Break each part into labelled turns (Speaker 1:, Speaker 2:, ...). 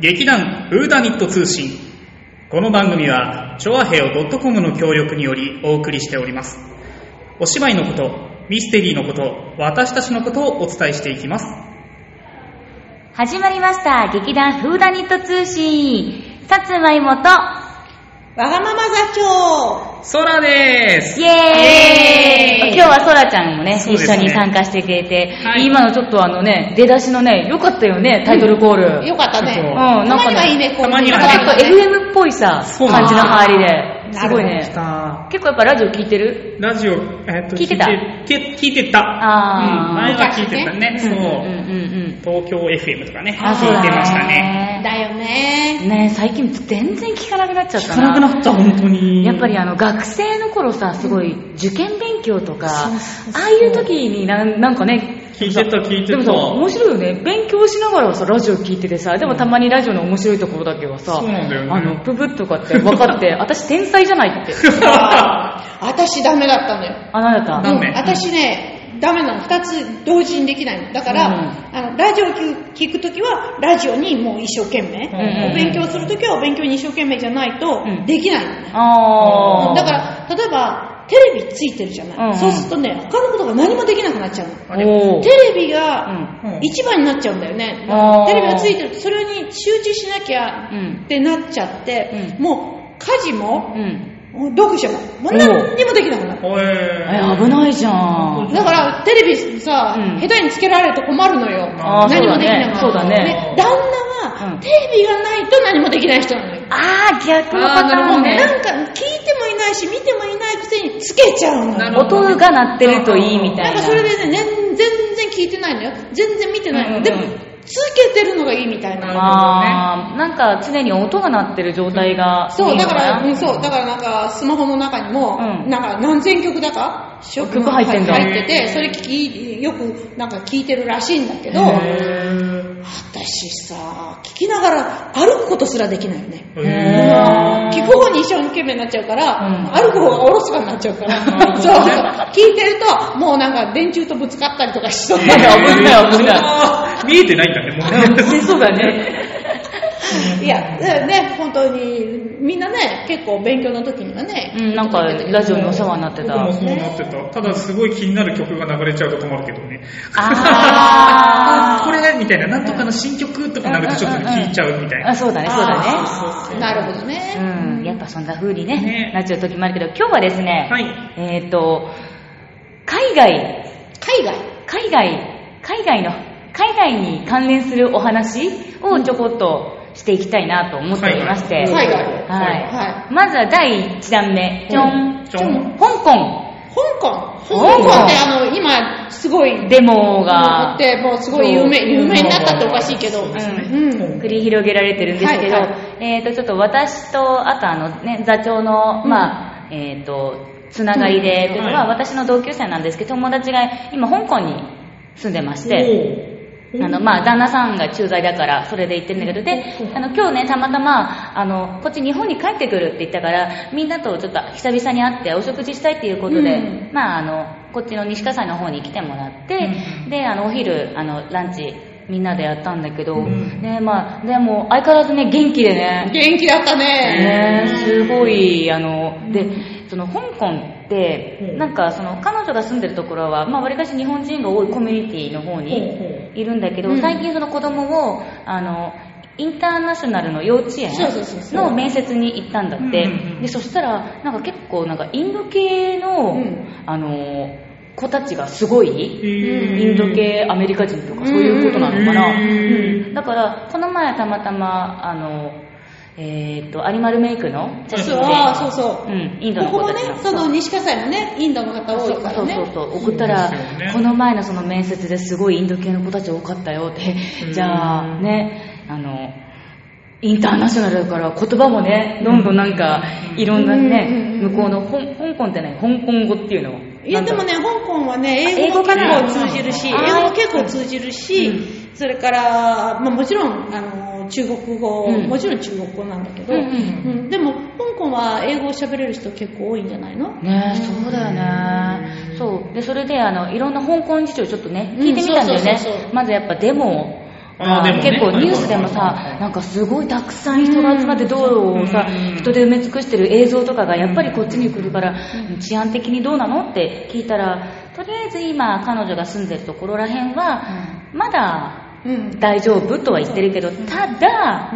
Speaker 1: 劇団フーダニット通信この番組はチョアヘオ .com の協力によりお送りしておりますお芝居のことミステリーのこと私たちのことをお伝えしていきます
Speaker 2: 始まりました劇団フーダニット通信さつまいもと
Speaker 3: わがまま座
Speaker 1: ソラです
Speaker 2: イエーイ
Speaker 3: イエーイ
Speaker 2: 今日はそらちゃんもね
Speaker 1: そう
Speaker 2: 一
Speaker 1: ですね
Speaker 2: 緒に参加してくれて、
Speaker 1: はい
Speaker 2: 今のちょっとあのね出だしのね良かったよねタイトルコール、
Speaker 3: 長よかったね。
Speaker 1: そう
Speaker 3: うん
Speaker 2: なんかね
Speaker 3: たまにはいいね、こういう
Speaker 1: たまにはね
Speaker 3: パ
Speaker 2: や
Speaker 3: パ
Speaker 2: っ
Speaker 3: ッ
Speaker 2: ぱ
Speaker 3: とね
Speaker 2: FM っぽいさ
Speaker 1: そうなん
Speaker 2: 感
Speaker 1: です
Speaker 2: じの入りですごい
Speaker 3: な
Speaker 1: 来
Speaker 2: ね
Speaker 1: た
Speaker 2: 結構やっぱラジオ聞いてる
Speaker 1: ラジオ、えっと
Speaker 2: 聞いてた
Speaker 1: 聞聞いてた
Speaker 2: あー
Speaker 1: うん、前は聞いてたね
Speaker 2: うん
Speaker 1: そ
Speaker 2: うん
Speaker 1: う
Speaker 2: うん
Speaker 1: 東京 FM とかね
Speaker 2: うんあそう
Speaker 1: 聞
Speaker 2: だ
Speaker 1: い
Speaker 2: ね
Speaker 1: てましたね
Speaker 3: だ よね。
Speaker 2: ね最近全然聞かなくなっちゃった
Speaker 1: 聞かなくなった本当に
Speaker 2: やっぱりあの学生の頃さすごい受験勉強とか、
Speaker 3: そう
Speaker 2: ああいう時になんなんかね
Speaker 1: 聞いてた聞いてた
Speaker 2: でもさ面白いよね勉強しながらさラジオ聞いててさでもたまにラジオの面白いところだけはさ
Speaker 1: そうなんだよね
Speaker 2: あのプブッとかって 分かって私天才じゃないって
Speaker 3: 私ダメだったのよ。
Speaker 2: あなんだっ
Speaker 1: ダ
Speaker 2: た
Speaker 1: メ
Speaker 3: うん私ね、ダメなの。二つ同時にできないの。だから、
Speaker 2: うん
Speaker 3: あのラジオ聞くときは、ラジオにもう一生懸命。
Speaker 1: うん
Speaker 3: お勉強するときは、お勉強に一生懸命じゃないと
Speaker 2: うん、
Speaker 3: できないのね。
Speaker 2: ああ
Speaker 3: だから、例えば、テレビついてるじゃない。
Speaker 2: うん
Speaker 3: そうするとね、他のことが何もできなくなっちゃうの。
Speaker 1: あれ
Speaker 2: おー
Speaker 3: テレビが
Speaker 1: うん
Speaker 3: 一番になっちゃうんだよね、
Speaker 2: あー
Speaker 3: テレビがついてるとそれに集中しなきゃ
Speaker 2: うん
Speaker 3: ってなっちゃって、
Speaker 2: うん
Speaker 3: もう家事も
Speaker 2: うん
Speaker 3: もう読書ももう何にもできなくなる
Speaker 1: おえ
Speaker 2: え危ないじゃん
Speaker 3: だからテレビさ、
Speaker 2: うん
Speaker 3: 下手につけられると困るのよ
Speaker 1: あー
Speaker 3: 何もできなくなる
Speaker 2: そうだねそうだね
Speaker 3: 旦那は、
Speaker 2: うん
Speaker 3: テレビがないと何もできない人なのよ
Speaker 2: ああ逆のパター
Speaker 3: もう
Speaker 2: ン
Speaker 3: ね
Speaker 2: ね
Speaker 3: なんか聞いてもいないし見てもいないくせにつけちゃうの
Speaker 1: なるほど
Speaker 2: 音が鳴ってるといいみたいな
Speaker 3: なんかそれでねね全然聞いてないのよ全然見てないの、
Speaker 2: うんうん
Speaker 3: でも続けてるのがいいみたい
Speaker 1: なる
Speaker 3: な
Speaker 1: ほどね
Speaker 2: あーなんか常に音が鳴ってる状態がいい
Speaker 3: そ
Speaker 2: の
Speaker 3: う、だから、
Speaker 2: な
Speaker 3: うんそう、だからなんか、スマホの中にも、
Speaker 2: うん
Speaker 3: なんか何千曲だか、
Speaker 2: 曲入ってんだ
Speaker 3: 入ってて、それ聞き、よくなんか聞いてるらしいんだけど、私さ、聞きながら歩くことすらできないよね。
Speaker 2: へー
Speaker 3: 聞く方に一生懸命になっちゃうから、
Speaker 2: うん
Speaker 3: 歩く方がおろそかになっちゃうから、
Speaker 1: うん
Speaker 3: そうそう、聞いてると、もうなんか電柱とぶつかったりとかしそうな
Speaker 2: 危ない危ない
Speaker 1: い見えてないんだねもうね
Speaker 2: うんそうだ ね
Speaker 3: いや、ね、本当に、みんなね、結構勉強の時にはね、
Speaker 2: うんなんかラジオにお世話になってた
Speaker 1: 僕もそうなってたただすごい気になる曲が流れちゃうと止まるけどね
Speaker 2: あ ー
Speaker 1: これみたいななんとかの新曲とかなるとちょっとね聞いちゃうみたい
Speaker 2: あ
Speaker 1: な
Speaker 2: そうだねそうだ
Speaker 3: あー
Speaker 1: そうそうそう
Speaker 3: なるほどね。
Speaker 2: ねうんやっぱそんな風に
Speaker 1: ね
Speaker 2: ねなっちゃう時もあるけど今日はですね、
Speaker 1: はい
Speaker 2: えっ、と海外
Speaker 3: 海外。
Speaker 2: 海外海外の海外に関連するお話をちょこっとしていきたいなと思っておりまして、
Speaker 1: 海
Speaker 3: 外
Speaker 2: はい
Speaker 3: は
Speaker 2: まずは第1弾目じゃん
Speaker 1: ちょん
Speaker 2: 香港
Speaker 3: 香港。香
Speaker 2: 香港
Speaker 3: 港ってあの、今、すごい、
Speaker 2: デモが
Speaker 3: あって、もうすごい有名、
Speaker 2: そう
Speaker 3: 有名になったっておかしいけど。
Speaker 1: そうですね
Speaker 3: うん
Speaker 1: うん
Speaker 2: 繰り広げられてるんですけど、
Speaker 3: はいは
Speaker 2: えっ、と、ちょっと私と、あとあのね、座長の、
Speaker 3: うん
Speaker 2: まあ、えっ、と、つながりで、
Speaker 3: うん
Speaker 2: というのは、
Speaker 1: はい
Speaker 2: 私の同級生なんですけど、友達が今、香港に住んでまして、
Speaker 1: おー
Speaker 2: あの、まあ、旦那さんが駐在だから、それで行ってるんだけど、で
Speaker 1: う、ん
Speaker 2: あの、今日ね、たまたま、あの、こっち日本に帰ってくるって言ったから、みんなとちょっと久々に会ってお食事したいっていうことで、
Speaker 3: うん
Speaker 2: まあ、あの、こっちの西葛西の方に来てもらって、
Speaker 1: う
Speaker 2: で、あの、お昼、あの、ランチ、みんなでやったんだけど、
Speaker 1: うん
Speaker 2: ね、まあ、でも、相変わらずね、元気でね、
Speaker 3: 元気だった
Speaker 2: ね
Speaker 3: ね。、
Speaker 2: すごい、あ
Speaker 1: う
Speaker 2: の、
Speaker 1: ん
Speaker 2: で、その、香港って、
Speaker 1: うん
Speaker 2: なんか、その、彼女が住んでるところは、まあ、わりかし日本人が多いコミュニティの方
Speaker 1: ほう
Speaker 2: に
Speaker 1: ほう
Speaker 2: いるんだけど、
Speaker 3: うん
Speaker 2: 最近その子供を、あの、インターナショナルの幼稚園
Speaker 3: そうそうそうそう
Speaker 2: の面接に行ったんだって。
Speaker 1: うんうんうん
Speaker 2: で、そしたら、なんか結構なんかインド系の、
Speaker 3: うん
Speaker 2: あの、子たちがすごい、イ
Speaker 1: イ
Speaker 2: ンド系アメリカ人とかそういうことなのかな。
Speaker 1: うんうんうん
Speaker 2: うんだから、この前たまたま、あの、えーっと、アニマルメイクの写
Speaker 3: そう
Speaker 2: 真
Speaker 3: あーそう
Speaker 2: で、
Speaker 3: そう。
Speaker 2: うん、インド
Speaker 3: こ
Speaker 2: の子
Speaker 3: こも
Speaker 2: た
Speaker 3: ね
Speaker 2: ちが、
Speaker 3: その西葛西もね、インドの方多
Speaker 2: そ
Speaker 3: いうか
Speaker 2: そ
Speaker 3: ら
Speaker 2: う
Speaker 3: ね。
Speaker 2: そうそう送ったら、
Speaker 1: そうですよね
Speaker 2: この前のその面接ですごいインド系の子たち多かったよって
Speaker 1: うん
Speaker 2: じゃあねあのインターナショナルだから言葉もねどんどんなんかいろんなね
Speaker 3: うん
Speaker 2: 向こうのほん香港ってね香港語っていうの
Speaker 3: いやでも
Speaker 2: ね
Speaker 3: ね、香港はね、
Speaker 2: あ
Speaker 3: 英語も
Speaker 2: 英語か
Speaker 3: 結構
Speaker 2: な
Speaker 3: 通じるし、英
Speaker 2: うん
Speaker 3: 語も結構通じるし、
Speaker 2: う
Speaker 3: それから、まあ、もちろんあの中国語、
Speaker 2: うん
Speaker 3: もちろん中国語なんだけど、
Speaker 2: う
Speaker 3: うんん
Speaker 2: うん
Speaker 3: でも香港は英語を喋れる人結構多いんじゃないの、
Speaker 2: ねそうだよねそうでそれであのいろんな香港事情をちょっとね
Speaker 3: うん
Speaker 2: 聞いてみたんだよ
Speaker 3: そうそうそうそ
Speaker 2: ね
Speaker 3: う
Speaker 2: まずやっぱデモを
Speaker 1: あーでもね
Speaker 2: 結構ニュースでも
Speaker 1: はいはいは
Speaker 2: さ
Speaker 1: い
Speaker 2: なんかすごいたくさん人が集まって道路をさ
Speaker 1: うん
Speaker 2: 人で埋め尽くしてる映像とかがやっぱりこっちに来るから治安的にどうなのって聞いたらとりあえず今彼女が住んでるところらへんはまだ
Speaker 3: うん
Speaker 2: 大丈夫とは言ってるけどただ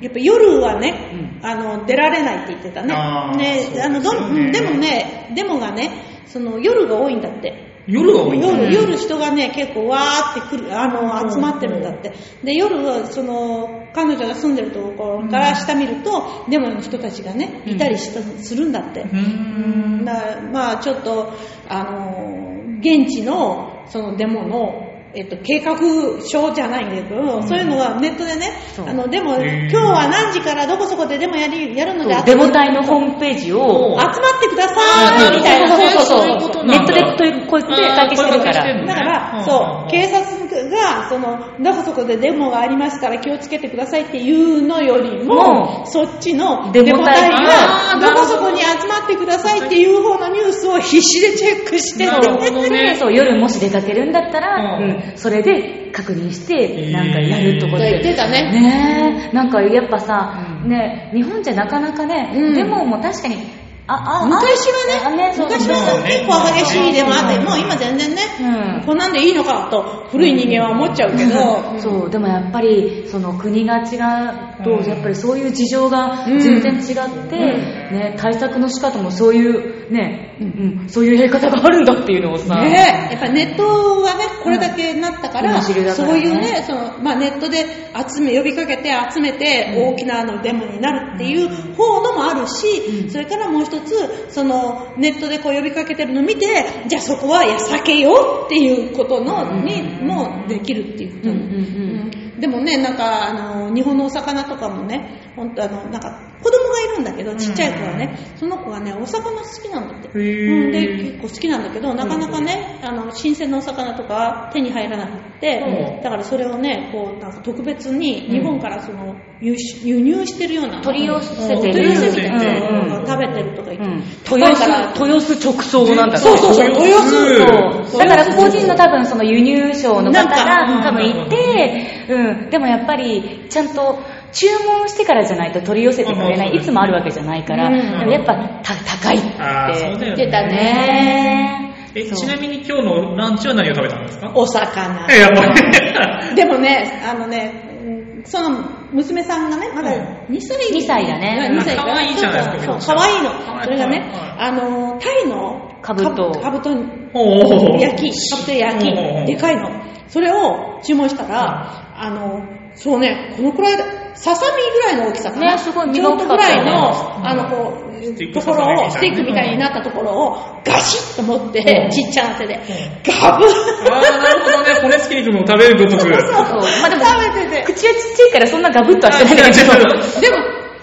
Speaker 3: やっぱ夜はね、あの出られないって言ってたね
Speaker 1: あーそうですよ
Speaker 3: ね
Speaker 1: ね
Speaker 3: あのどうんでもねでもがねその夜が多いんだって
Speaker 1: 夜は多いんだ
Speaker 3: 夜夜人がね結構わーって来るあの集まってるんだってで夜はその彼女が住んでるところから下見るとデモの人たちがねいたりしたするんだって
Speaker 1: うーん
Speaker 3: だからまあちょっと、あのー現地のそのデモの、えっと、計画書じゃないけど、そういうのがネットでね
Speaker 2: そう
Speaker 3: あのでも今
Speaker 1: へー
Speaker 3: 日は何時からどこそこでデモやりやるので集
Speaker 2: デ
Speaker 3: ま
Speaker 2: モ
Speaker 3: っ
Speaker 2: 隊のホームページを
Speaker 3: 集まってくださいみたいな
Speaker 1: あなるほど
Speaker 3: そうそうそう
Speaker 1: そういうことなんだ
Speaker 2: ネットで問い声かけしてるから
Speaker 1: ね
Speaker 3: だから、そう、警察が、その、どこそこでデモがありますから気をつけてくださいっていうのよりも、
Speaker 2: も
Speaker 3: そっちの
Speaker 2: デ
Speaker 3: デ
Speaker 2: モ
Speaker 3: モ
Speaker 2: 隊
Speaker 3: 隊
Speaker 1: あー
Speaker 3: が、
Speaker 1: な
Speaker 3: ど
Speaker 1: るほ
Speaker 3: こ
Speaker 1: ど
Speaker 3: そこに集まってくださいっていう方のニュースを必死でチェックして
Speaker 1: な
Speaker 3: て、
Speaker 1: るほどね
Speaker 2: そう夜もし出かけるんだったら、
Speaker 1: う
Speaker 2: うんん、それで確認し
Speaker 1: えー
Speaker 2: てなんかやるとこ
Speaker 3: 言ってたね
Speaker 2: ねえなんかやっぱさ、ね日本じゃなかなかね、
Speaker 3: うん
Speaker 2: デモも確かにああ
Speaker 3: 昔は
Speaker 2: あ
Speaker 3: ね、
Speaker 2: そう
Speaker 3: 昔
Speaker 1: そう
Speaker 3: は結構激しいデモあって、
Speaker 2: うん
Speaker 3: もう今全然ね、
Speaker 2: うん
Speaker 3: こんなんでいいのかと古い人間は思っちゃうけど、
Speaker 2: そうでもやっぱりその国が違うと、
Speaker 1: うん
Speaker 2: やっぱりそういう事情が
Speaker 3: うん
Speaker 2: 全然違って、ね、対策の仕方もそういうね、うんうん、そういうやり方があるんだっていうのをさ、
Speaker 3: ねえ、やっぱネットがね、これだけなったから、
Speaker 2: うん
Speaker 3: そう
Speaker 2: 今知るだからね
Speaker 3: いうね、そのまあ、ネットで集め、呼びかけて集めて、大きなあのデモになるっていう方のもあるし、
Speaker 2: うん
Speaker 3: それからもう一つ、そのネットでこう呼びかけてるの見て、じゃあそこは避けようっていうことの、にもできるっていうこと。
Speaker 2: うんうん
Speaker 3: でもね、なんか、あの、日本のお魚とかもね、本当あの、なんか、子供がいるんだけど、ちっちゃい子はね、その子がね、お魚好きなんだって。
Speaker 1: へー
Speaker 3: うんで、結構好きなんだけど、なかなかね、あの、新鮮なお魚とか手に入らなくって
Speaker 1: う、ん
Speaker 3: だからそれをね、こう、なんか特別に
Speaker 2: うん
Speaker 3: 日本からその、輸出輸入してるような。
Speaker 2: 取り寄
Speaker 3: せ
Speaker 2: せてる
Speaker 3: てる。取り寄せてて、
Speaker 1: うんうん
Speaker 3: 食べてるとか言って。
Speaker 2: 豊洲豊洲直送なんだ
Speaker 3: そうそうそう、
Speaker 1: 豊
Speaker 3: 豊
Speaker 1: 洲
Speaker 3: 洲
Speaker 2: そうだから個人の多分その輸入商の方が
Speaker 3: な
Speaker 1: んか
Speaker 2: 多分いて、うん、でもやっぱりちゃんと注文してからじゃないと取り寄せてくれな
Speaker 1: うん
Speaker 2: い、いつもあるわけじゃないから、
Speaker 3: うん
Speaker 2: でもやっぱた高いって
Speaker 1: あーそうだよね
Speaker 2: 言ってたね。
Speaker 1: え
Speaker 2: そう
Speaker 1: ちなみに今日のランチは何を食べたんですか
Speaker 3: お魚。
Speaker 1: えやっぱり
Speaker 3: でもね、あのね、うんその娘さんがね、まだ2歳
Speaker 2: 2歳だね
Speaker 3: 2歳
Speaker 1: 可愛いじゃないですか
Speaker 3: そうそう可愛いの
Speaker 1: は。い
Speaker 3: それがね
Speaker 1: はいは、
Speaker 3: あの、タイの
Speaker 2: 兜
Speaker 3: かぶと
Speaker 1: おー
Speaker 3: 焼き、かぶと焼き
Speaker 1: おー、
Speaker 3: でかいの。それを注文したら、あの、そうね、このくらいだ、ささみぐらいの大きさかな。
Speaker 2: ねすごい
Speaker 3: ち
Speaker 2: 身が大
Speaker 3: ょっ
Speaker 2: き
Speaker 3: と
Speaker 2: かっ
Speaker 3: ぐ
Speaker 2: た
Speaker 3: ら
Speaker 2: よ
Speaker 3: い
Speaker 2: ね
Speaker 3: の、あの、こう、
Speaker 1: スティック
Speaker 3: ところを、
Speaker 1: さ
Speaker 3: ス
Speaker 1: さみみたいなね
Speaker 3: ティックみたいになったところを、ガシッと持って
Speaker 1: う、ん
Speaker 3: ちっちゃな手で、ガブッ
Speaker 1: ああなるほどね骨付き肉も食べるごとく
Speaker 2: そうまあでも
Speaker 3: 食べてて。
Speaker 2: 口はちっちゃいからそんなガブッとはしてないんだけ
Speaker 1: あ違う違う
Speaker 2: ど。
Speaker 3: でも、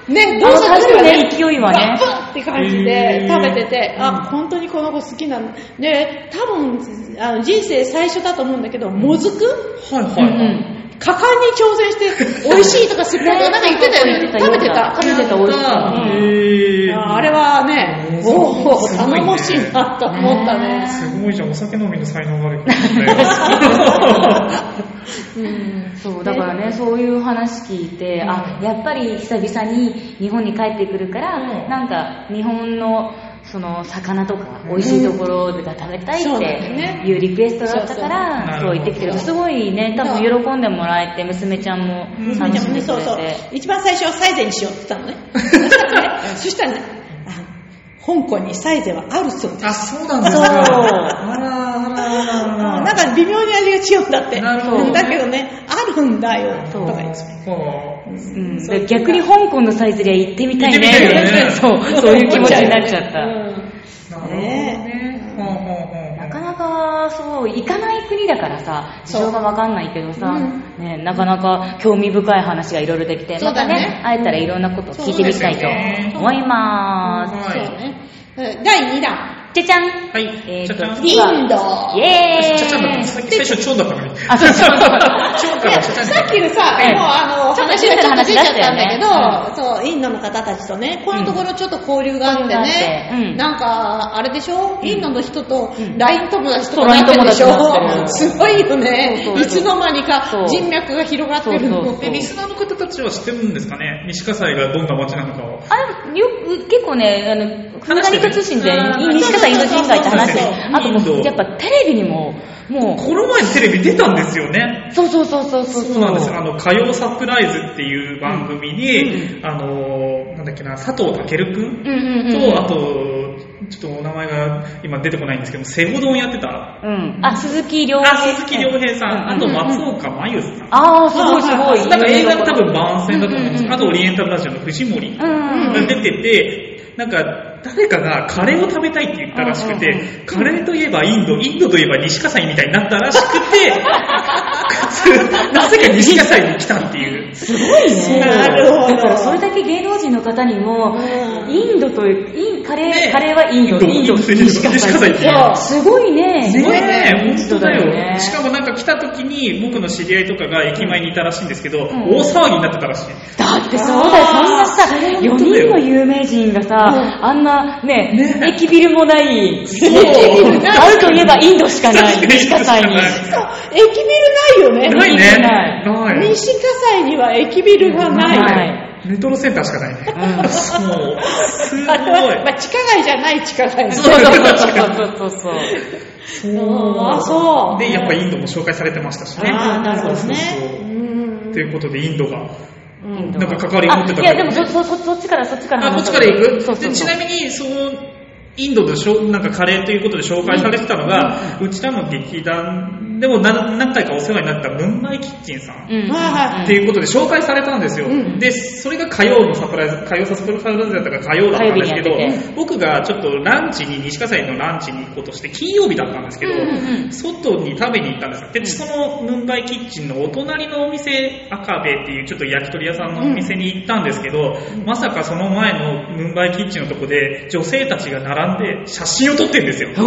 Speaker 3: ね、どうした
Speaker 2: 確かにね勢いはね
Speaker 3: バッバッって感じ
Speaker 1: へ
Speaker 3: で
Speaker 1: ー
Speaker 3: 食べてて、
Speaker 1: うん
Speaker 3: あ、本当にこの子好きなの。で、多分、あの人生最初だと思うんだけど、もずく
Speaker 1: はいは
Speaker 2: う
Speaker 1: い
Speaker 2: ん
Speaker 1: はい、
Speaker 2: うん
Speaker 3: 果敢に挑戦して、美味しいとかすっごいとか、なんか言ってたよね。食べてた。
Speaker 2: 食べてた、美味しい。
Speaker 1: へー
Speaker 3: ああれはね、おお、
Speaker 1: すごいね
Speaker 3: 頼もしいなと思ったね。
Speaker 1: すごいじゃんお酒飲みの才能があるからね
Speaker 3: うん
Speaker 2: そうだからねそういう話聞いて、
Speaker 1: うん
Speaker 2: あやっぱり久々に日本に帰ってくるから、
Speaker 1: うん
Speaker 2: なんか日本のその魚とか美味しいところが食べたい
Speaker 3: そう
Speaker 2: っ
Speaker 3: なんだよね
Speaker 2: ていうリクエストがあったか
Speaker 1: そ
Speaker 2: ら、
Speaker 1: うそう
Speaker 2: そう言ってきてるすごいね多分喜んでもらえて娘ちゃんも
Speaker 1: うん
Speaker 2: 楽しんでく
Speaker 3: そう
Speaker 2: れ
Speaker 3: そう
Speaker 2: て。
Speaker 3: 一番最初はサイゼにしようって言ったの ね。そしたらね、そしたらね、あ香港にサイゼはあるそうです。
Speaker 1: あそうなんですか
Speaker 2: そ
Speaker 1: あ
Speaker 2: う
Speaker 1: らあらあらあら
Speaker 3: なんか微妙に味が違うんだって。
Speaker 1: なるほど
Speaker 3: だけどね、あるんだよ。
Speaker 2: そう
Speaker 3: とか言って
Speaker 1: そう
Speaker 2: うんで逆に香港のサイズで行ってみたいね
Speaker 1: 行ってみたいよね
Speaker 2: そうそういう気持ちになっちゃった、
Speaker 1: なるほどねほうほうほう
Speaker 2: なかなかそう行かない国だからさ事情が分かんないけどさ、
Speaker 3: う
Speaker 2: ね、なかなか興味深い話がいろいろできて、
Speaker 3: そ
Speaker 2: ま
Speaker 3: う
Speaker 2: た
Speaker 3: だね
Speaker 2: ね会えたらいろんなことを聞いてみたいと思います。
Speaker 1: はい
Speaker 3: そうね。第2弾。
Speaker 2: じゃじゃん
Speaker 1: はい
Speaker 2: えー
Speaker 1: じ
Speaker 2: と
Speaker 1: ゃじゃん
Speaker 2: 次は
Speaker 3: インド
Speaker 2: イエーイ
Speaker 1: ちゃちゃんだった。さっき最初、ちょんだったのに。ちょん
Speaker 2: あそ うそうそう
Speaker 1: からちゃちゃんに。
Speaker 3: さっきのさ、
Speaker 2: ええ
Speaker 3: もうあの、
Speaker 2: ちょっと
Speaker 3: 話がちょっと出ちゃったんだけど、
Speaker 2: 話
Speaker 3: そう、インドの方たちとね、このところちょっと交流があってね、
Speaker 2: うんうん
Speaker 3: なんか、あれでしょ、インドの人と
Speaker 2: ん
Speaker 3: LINE 友達と
Speaker 2: そう
Speaker 3: かなってるでしょ、
Speaker 2: LINE 友達になってる
Speaker 3: すごい
Speaker 2: そうそ
Speaker 3: よね
Speaker 2: うそう
Speaker 3: いつの間に
Speaker 2: そ
Speaker 3: か
Speaker 2: う
Speaker 3: 人脈が広がってる
Speaker 2: そう
Speaker 3: の
Speaker 2: そう
Speaker 1: え、リスナーの方たちは知ってるんですかね西葛西がどんな街なのかを。
Speaker 2: あれ、よく、結構ね、あの、フー
Speaker 1: 話
Speaker 2: ダ
Speaker 1: して
Speaker 2: ニ
Speaker 1: る
Speaker 2: カ通信で、
Speaker 3: うん
Speaker 2: 西方インド人街って話して
Speaker 1: そうそうそ
Speaker 2: る
Speaker 1: うそう
Speaker 2: あとも
Speaker 1: イン
Speaker 2: う、
Speaker 1: ド
Speaker 2: やっぱテレビにも、も
Speaker 1: この前テレビ出たんですよね。
Speaker 2: う、そうそうそうそうそう。
Speaker 1: そうなんですよ。あの、火曜サプライズっていう番組に、あの、なんだっけな、佐藤健くん
Speaker 2: うんうんうん。
Speaker 1: と、あと、ちょっとお名前が今出てこないんですけど、セゴドンやってた。
Speaker 2: うん。あ、鈴木亮平。
Speaker 1: あ、鈴木亮平さん。あと、松岡真優さん。
Speaker 2: ああ、すごいすごい。
Speaker 1: なんか映画の多分番宣だと思うんです
Speaker 2: うんうんうん
Speaker 1: あとオリエンタルラジオの藤森
Speaker 2: う
Speaker 1: が
Speaker 2: んう
Speaker 1: 出
Speaker 2: ん。
Speaker 1: てて、なんか誰かがカレーを食べたいって言ったらしく
Speaker 2: うんうん
Speaker 1: て、カレーといえばインド、インドといえば西葛西みたいになったらしくて、 なぜか西葛西に来たっていう。
Speaker 2: すごいね。
Speaker 3: なるほど
Speaker 2: だからそれだけ芸能人の方にも、
Speaker 3: うん
Speaker 2: インドという、インカレー、
Speaker 1: ね
Speaker 2: カレーはインド、
Speaker 1: インド
Speaker 2: 西
Speaker 1: 西葛西
Speaker 2: 葛西
Speaker 1: そう
Speaker 2: すごいね。
Speaker 1: すごいね、
Speaker 2: イン
Speaker 1: 本
Speaker 2: ド
Speaker 1: 当だ
Speaker 2: だよ
Speaker 1: よ。
Speaker 2: ね
Speaker 1: しかもなんか来た時に僕の知り合いとかが駅前にいたらしいんですけど、大
Speaker 2: ん
Speaker 1: 騒ぎになってたらしい。
Speaker 2: だってそうだよ、そんなさ、
Speaker 1: 当
Speaker 2: 4
Speaker 1: だ
Speaker 2: 人
Speaker 1: よ
Speaker 2: の有名人がさ、あんなね、駅ビルもない、
Speaker 1: 駅ビル
Speaker 2: あるといえばインドしかない、
Speaker 1: 確かに
Speaker 2: 西 葛西に。
Speaker 3: そう、駅ビルないよね。
Speaker 1: ないね。ない。
Speaker 3: 西葛西には駅ビルがない。
Speaker 2: ない。
Speaker 1: レトロセンターしか ないね。
Speaker 2: うん
Speaker 1: そう。すご
Speaker 3: あれは、
Speaker 1: い
Speaker 3: ま。あ、地下街じゃない地下街
Speaker 2: そうそうそうそうそう。
Speaker 3: あ、そう。
Speaker 1: で、やっぱインドも紹介されてましたしね。
Speaker 3: ああ、なるほど
Speaker 1: そうそうそう
Speaker 3: ね。
Speaker 1: ということで、インドが。
Speaker 3: うん
Speaker 2: インド
Speaker 1: なんか関わり持ってた
Speaker 2: あいや、でもそそそそっちから、そっちから。
Speaker 1: あ、こっちから行く
Speaker 2: そうそうそう
Speaker 1: でちなみに、その、インドでしょなんかカレーということで紹介されてたのが、うちらの劇団でも何何回かお世話になったムンバイキッチンさん。
Speaker 2: うん
Speaker 3: はいはい
Speaker 1: っていうことで紹介されたんですよ、
Speaker 3: うん
Speaker 1: でそれが火曜のサプライズ火曜サプライズだったか火曜だったんですけど
Speaker 2: 火曜日にやって
Speaker 1: 僕がちょっとランチに西葛西のランチに行こうとして金曜日だったんですけど、
Speaker 2: うんうんうん
Speaker 1: 外に食べに行ったんですよで、
Speaker 2: うん
Speaker 1: そのムンバイキッチンのお隣のお店赤部っていうちょっと焼き鳥屋さんのお店に行ったんですけど、まさかその前のムンバイキッチンのとこで女性たちが並んで写真を撮ってるんですよ めっち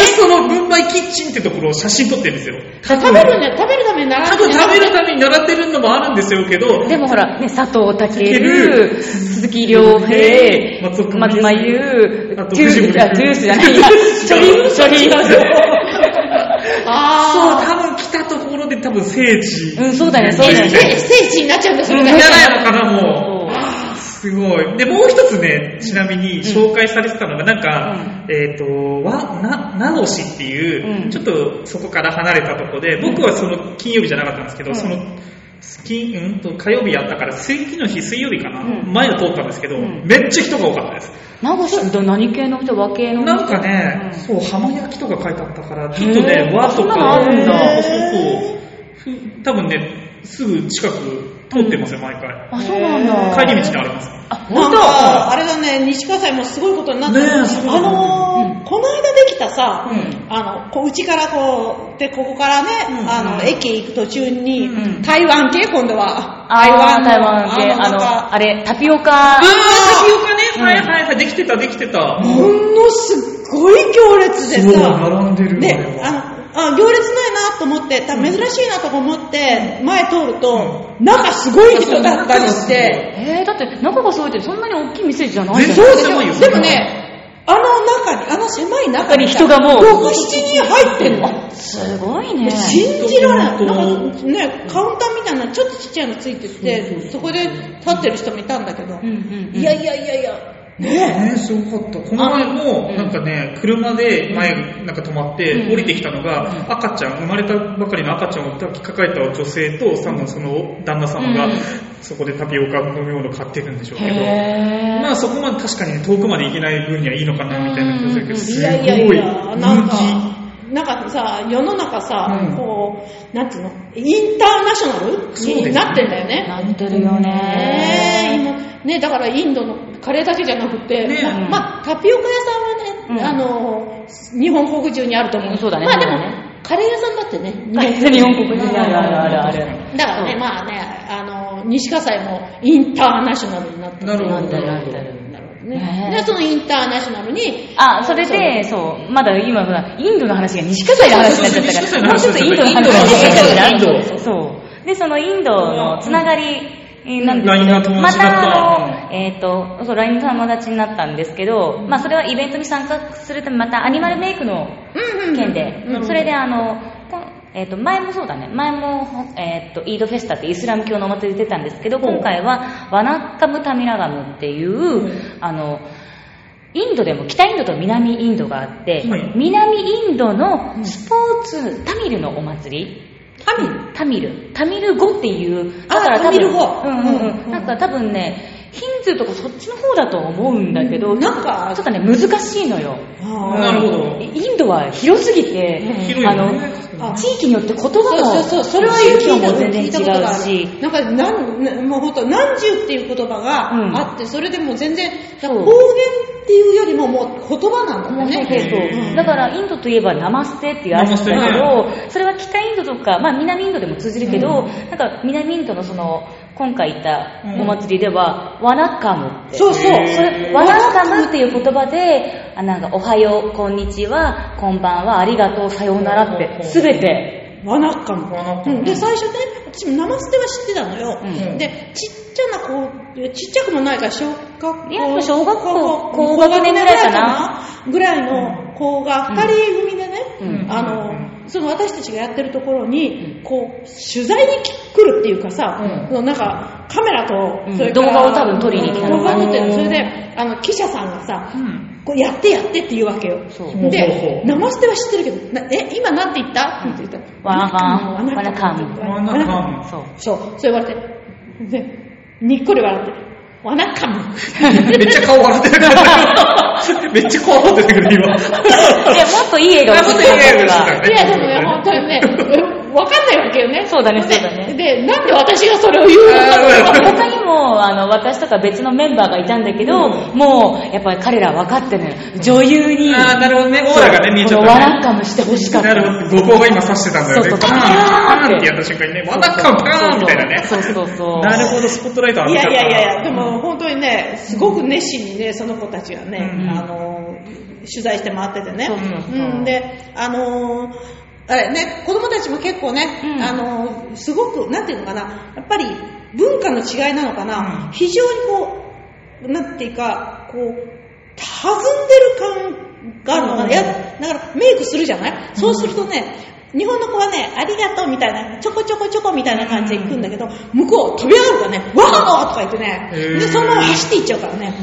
Speaker 1: ゃそのムンバイキッチンってところを写真撮ってるんですよ
Speaker 3: 食べるね、食べるために習
Speaker 1: 多
Speaker 3: って
Speaker 1: 分
Speaker 3: ね
Speaker 1: 食べるために習ってるのもあるんですよけど、
Speaker 2: でもほら、ね、佐藤健、
Speaker 1: 健
Speaker 2: 鈴木亮平、
Speaker 1: 松岡
Speaker 2: 松真優、
Speaker 1: あと
Speaker 2: ジュー
Speaker 1: 藤
Speaker 2: ス、
Speaker 1: 森
Speaker 2: あ、ジュースじゃない、ジョリー、ジョリー
Speaker 1: そう、
Speaker 3: ああ。
Speaker 1: 多分来たところで多分聖地。
Speaker 2: うん、そうだね、そうだ
Speaker 1: ええ
Speaker 2: ね。
Speaker 3: 聖聖地になっちゃうんですよ
Speaker 1: じ
Speaker 2: う
Speaker 1: ゃ
Speaker 2: ん
Speaker 3: ね。
Speaker 1: ないのかな、もう。
Speaker 2: そ う
Speaker 1: すごい。で、もう一つね、ちなみに紹介されてたのが、なんか、えっ、と、わ、な、なのしっていう、
Speaker 2: うん
Speaker 1: ちょっとそこから離れたとこで、僕はその金曜日じゃなかったんですけど、
Speaker 2: うん
Speaker 1: その、金、うんと、火曜日やったから、水金の日、水曜日かな、
Speaker 2: うん
Speaker 1: 前を通ったんですけど、
Speaker 2: うん
Speaker 1: めっちゃ人が多かったです。
Speaker 2: 名越って何系の人和系の人
Speaker 1: なんかね、
Speaker 2: うん
Speaker 1: そう、浜焼きとか書いてあったから、ちょっとね
Speaker 2: へ、ー
Speaker 1: 和と
Speaker 2: そんな
Speaker 1: か、
Speaker 2: のあるんだ
Speaker 1: そうそうそうふ多分ね、すぐ近く通ってますよ、毎回。
Speaker 2: あ、そうなんだ。
Speaker 1: 帰り道にあります。
Speaker 2: あ、
Speaker 3: な
Speaker 2: 本
Speaker 3: んか、あれだね、西葛西もすごいことになってる。
Speaker 1: ねえすごい
Speaker 3: あのー、この間できたさ、
Speaker 1: うん
Speaker 3: あの、こう、うちからこう、で、ここからね、
Speaker 1: うん
Speaker 3: あの、駅行く途中に、
Speaker 1: うんうん
Speaker 3: 台湾系、今度は。
Speaker 2: 台湾、台湾系、
Speaker 3: あ
Speaker 2: あ
Speaker 3: の、なん
Speaker 2: の、
Speaker 3: か
Speaker 2: あれ、タピオカ
Speaker 1: あー、、タピオカね、
Speaker 2: うん
Speaker 1: はいはいはい、できてた、できてた。
Speaker 3: ものすごい行列でさ、
Speaker 1: 並んでる
Speaker 3: で、
Speaker 1: あれは
Speaker 3: あの、あ行列ないなと思って、た珍しいなとか思って、前通ると、なんかすごい人だったりして、
Speaker 2: えー、だって中がそういってそんなに大きい店じゃない
Speaker 1: 全
Speaker 2: じゃ
Speaker 1: 然
Speaker 2: ん
Speaker 3: でし
Speaker 1: 狭いよ。
Speaker 3: ょでも、ね、あの中に、あの狭い中
Speaker 2: 中に人がもう
Speaker 3: 6、7人入ってんの。
Speaker 2: すごいね。
Speaker 3: 信じられない。
Speaker 1: 本当
Speaker 3: なんかね、カウンターみたいな、ちょっとちっちゃいのつい
Speaker 1: そ
Speaker 3: て
Speaker 1: うそう
Speaker 3: て、
Speaker 1: そう
Speaker 3: そこで立ってる人もいたんだけど
Speaker 2: うん、うんうん
Speaker 3: いやいやいやいや、
Speaker 1: ねえ、すごかった。この前も
Speaker 2: う、ん
Speaker 1: なんかね、車で前、なんか止まっ
Speaker 2: う
Speaker 1: て、
Speaker 2: ん
Speaker 1: 降りてきたのが、赤ちゃん、生まれたばかりの赤ちゃんを抱きかかえた女性と、多分その旦那様
Speaker 2: う
Speaker 1: が
Speaker 2: ん、
Speaker 1: そこでタピオカ飲み物買ってるんでしょうけど、
Speaker 2: へ
Speaker 1: まあそこまで確かにね遠くまで行けない分にはいいのかな、みたいな気がするけど、
Speaker 3: い
Speaker 1: す
Speaker 3: やいや
Speaker 1: ご
Speaker 3: い
Speaker 1: い
Speaker 3: や、なん
Speaker 1: 人
Speaker 3: か
Speaker 1: 気。、
Speaker 3: なんかさ、世の中さ、
Speaker 1: うん
Speaker 3: こう、なんつうの、インターナショナル
Speaker 1: そうですね
Speaker 3: になってんだよ
Speaker 2: え。
Speaker 3: ね。
Speaker 2: なってるよ
Speaker 3: ねえ
Speaker 2: ね。
Speaker 3: 今ね、だからインドのカレーだけじゃなくて、
Speaker 1: ね
Speaker 3: ま
Speaker 2: うん
Speaker 3: まあ、タピオカ屋さんはね、
Speaker 2: うん
Speaker 3: あの、日本国中にあると思う。
Speaker 2: そうだね
Speaker 3: まあでも
Speaker 2: そうだね、
Speaker 3: カレー屋さんだってね、日本
Speaker 2: 日本国人あるあるあるある。
Speaker 3: だからね、
Speaker 2: そう
Speaker 3: まあね、あの、西葛西もインターナショナルになって
Speaker 1: なるほど
Speaker 2: なってるなってる。
Speaker 3: なるほどね。
Speaker 2: ね
Speaker 3: で、そのインターナショナルに、
Speaker 2: あ、それで、そう、まだ今ほら、インドの話が西葛西の話になっちゃったから、もうち
Speaker 1: そう
Speaker 2: ょ
Speaker 1: そ
Speaker 2: っと
Speaker 1: う
Speaker 2: インドの話に
Speaker 3: 西
Speaker 2: なっちゃったから、
Speaker 1: インドの話
Speaker 2: そうそう。で、そのインドのつながり、えーなんですけ
Speaker 1: LINE が
Speaker 2: ど、
Speaker 1: 友
Speaker 2: ま
Speaker 1: 達になった
Speaker 2: たあの、えっ、と、そう、LINE の友達になったんですけど、まあ、それはイベントに参加するため、またアニマルメイクの
Speaker 3: うんうん。
Speaker 2: 件で、
Speaker 3: うん
Speaker 2: それであの、こえっと前もそうだね前も、えっとイードフェスタってイスラム教のお祭り出たんですけど
Speaker 3: ほう
Speaker 2: 今回はワナッカム・タミラガムっていう、
Speaker 3: う
Speaker 2: あのインドでも北インドと南インドがあって、
Speaker 1: はい
Speaker 2: 南インドのスポーツ、タミルのお祭り、
Speaker 3: タミル
Speaker 2: タミル。タミル語っていう。
Speaker 3: あ
Speaker 2: だから多分
Speaker 3: タミル語
Speaker 2: うんうん
Speaker 3: うん
Speaker 2: う
Speaker 3: うん
Speaker 2: ん。なんか多分ね、ヒンズーとかそっちの方だと思うんだけど、
Speaker 3: うんなんか
Speaker 2: ちょっとね、難しいのよ。
Speaker 3: あー
Speaker 1: なるほど
Speaker 2: インドは広すぎて、
Speaker 1: 広い
Speaker 2: あ
Speaker 1: よね
Speaker 2: の、地域によって言葉も、
Speaker 3: そうそうそう、それは聞
Speaker 2: 宗
Speaker 3: いた
Speaker 2: 教も全然
Speaker 3: 聞いたこと
Speaker 2: 違う
Speaker 3: があ
Speaker 2: し、
Speaker 3: る。なんか、なんな、もうほんと、何十っていう言葉
Speaker 2: うん
Speaker 3: があって、それでもう全然、だから
Speaker 2: そう
Speaker 3: 方言っていうよりももう言葉なんだ
Speaker 2: も
Speaker 3: っ
Speaker 2: うそう
Speaker 3: た
Speaker 2: そう
Speaker 3: ね。
Speaker 2: そうだからインドといえばナマステっていうあるんだけ
Speaker 1: ナマ
Speaker 2: ど、それは北インドとか、まあ南インドでも通じるけど、なんか南インドのその、今回行ったお祭りでは、ワナカムって。
Speaker 3: そうそう
Speaker 2: それ、ワナカムっていう言葉で、あなんかおはよう、こんにちは、こんばんは、ありがとう、さようならって、すべて。
Speaker 3: わなっか
Speaker 1: わなっ
Speaker 3: も
Speaker 1: かも
Speaker 3: うんで、最初ね、私もナマステは知ってたのよ。
Speaker 1: うん
Speaker 3: で、ちっちゃな子、ちっちゃくもないから、小学校。
Speaker 2: いや小学校
Speaker 3: 高
Speaker 2: 高学年ぐらいかな
Speaker 3: ぐらいの子が二人組でね、
Speaker 2: うん
Speaker 3: あの、その私たちがやってるところに、こう、取材に来るっていうかさ、
Speaker 1: うん
Speaker 3: そのなんか、カメラと、
Speaker 2: うん
Speaker 3: それから
Speaker 2: 動画を多分撮りに来たの
Speaker 3: 動画
Speaker 2: かな
Speaker 3: を撮ってるのそれで、あの、記者さんがさ、
Speaker 1: うん
Speaker 3: こうやってやってって言うわけよ。
Speaker 2: そう
Speaker 1: ほうほうほ
Speaker 3: で、
Speaker 1: う
Speaker 3: ナマステは知ってるけど、なえ、今なんて言ったって言った
Speaker 2: わなかん
Speaker 3: わなかん
Speaker 1: わなかん
Speaker 2: そう。
Speaker 3: そう、そう言われて。で、にっこり笑って、わなかん。
Speaker 1: めっちゃ顔笑ってるから、めっちゃ顔笑ってる けど、今。
Speaker 2: いや、もっといい笑顔してた方が
Speaker 3: いや、でもね、本当にね、うんわかんないわけよね。
Speaker 2: そうだね
Speaker 3: で
Speaker 2: そうだね
Speaker 3: で、なんで私がそれを言うのか
Speaker 1: あー
Speaker 3: と思って
Speaker 2: 他にもあの私とか別のメンバーがいたんだけど、もうやっぱり彼ら分かってね女優に
Speaker 1: あーなるほどねオーラがね見えちゃったね
Speaker 2: このワランカムしてほしかっ
Speaker 1: な
Speaker 2: た
Speaker 1: るほど、五行が今刺してたんだよね。
Speaker 2: そうそう
Speaker 1: パーンパーンってやった瞬間にね、わなかんパーンみたいなね。
Speaker 2: そうそうそう
Speaker 1: なるほど、スポットライト
Speaker 3: い
Speaker 1: 浴びち
Speaker 3: や
Speaker 1: ゃった
Speaker 3: い
Speaker 1: な。
Speaker 3: やいやいや、でも本当にね、すごく熱心にね、その子たちがね、
Speaker 1: うん
Speaker 3: あの、取材して回っててね。
Speaker 2: そうそうそうん
Speaker 3: で、あの、あれね、子供たちも結構ね、
Speaker 2: うん
Speaker 3: あの、すごく、なんていうのかな、やっぱり文化の違いなのかな、
Speaker 1: うん
Speaker 3: 非常にこう、なんていうか、こう、弾んでる感があるのかな、
Speaker 1: うん
Speaker 3: いや、だからメイクするじゃない、そうするとね、日本の子はね、ありがとうみたいな、ちょこちょこちょこみたいな感じで行くんだけど、向こう飛び上がるからね、わーとか言ってね、
Speaker 1: へー
Speaker 3: で、そのまま走って行っちゃうからね。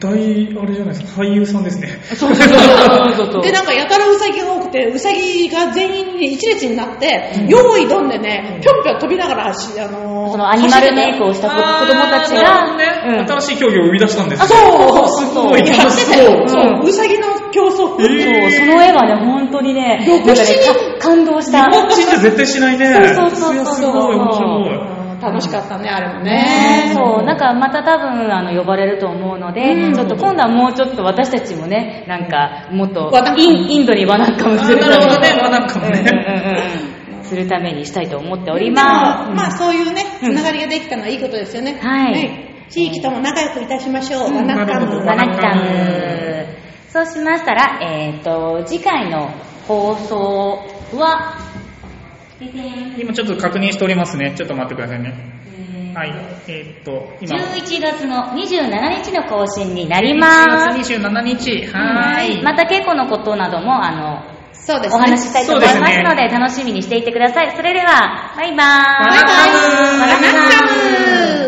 Speaker 1: 大、あれじゃないですか、俳優さんですね。
Speaker 2: そうそうそう そう
Speaker 3: で、なんかやたらウサギが多くて、ウサギが全員に一列になって、用意どんでね、ぴょんぴょん飛びながら走、あのー
Speaker 2: そのアニマルメイクをした子子供たち
Speaker 1: あー
Speaker 2: が
Speaker 1: なるほどね
Speaker 2: うん
Speaker 1: 新しい競技を生み出したんです
Speaker 2: あ
Speaker 1: ね
Speaker 2: そう
Speaker 1: す
Speaker 2: そう
Speaker 1: ごい楽しそ
Speaker 3: やって
Speaker 1: う
Speaker 3: て
Speaker 1: そ。
Speaker 3: そうう、ウサギの競争。
Speaker 1: えー
Speaker 2: そうその絵はね本当にね
Speaker 3: 67
Speaker 2: なんかねか感動した
Speaker 1: こっちじゃ絶対しないね。
Speaker 2: そうそうそうそう
Speaker 1: すごい面白い。
Speaker 3: うん楽しかったね、あれも
Speaker 2: ね
Speaker 3: ね。
Speaker 2: そう、なんかまた多分あの呼ばれると思うので、
Speaker 3: うん
Speaker 2: ちょっと今度はもうちょっと私たちもね、なんかもっと
Speaker 3: ワナッカム
Speaker 2: インインドにワナッカムするために
Speaker 1: あなるほどねワナッカムね
Speaker 2: うんうんうんうんするためにしたいと思ってお
Speaker 3: で
Speaker 2: り
Speaker 3: も
Speaker 2: ます。
Speaker 3: まあそういうね、つ
Speaker 2: うん
Speaker 3: ながりができたのはいいことですよね。
Speaker 2: はい
Speaker 3: 地域とも仲良くいたしましょう。
Speaker 1: ん
Speaker 3: わなっか
Speaker 1: なるほ
Speaker 3: む
Speaker 1: ど
Speaker 2: ワナッカム。そうしましたら、えっ、と、次回の放送は、ててん
Speaker 1: 今ちょっと確認しておりますね。ちょっと待ってくださいね。
Speaker 2: えー
Speaker 1: はい。えーっと、今。
Speaker 2: 11月の27日の更新になります。
Speaker 1: 1月27日。はーい。
Speaker 2: また稽古のことなども、あの、
Speaker 3: そうですね。
Speaker 2: お話ししたいと思います
Speaker 1: そうです
Speaker 2: の
Speaker 1: ね
Speaker 2: で、楽しみにしていてください。それでは、バ
Speaker 1: バイバ
Speaker 2: イバーイ。
Speaker 1: イ
Speaker 2: ワナッカム
Speaker 3: わなっかむ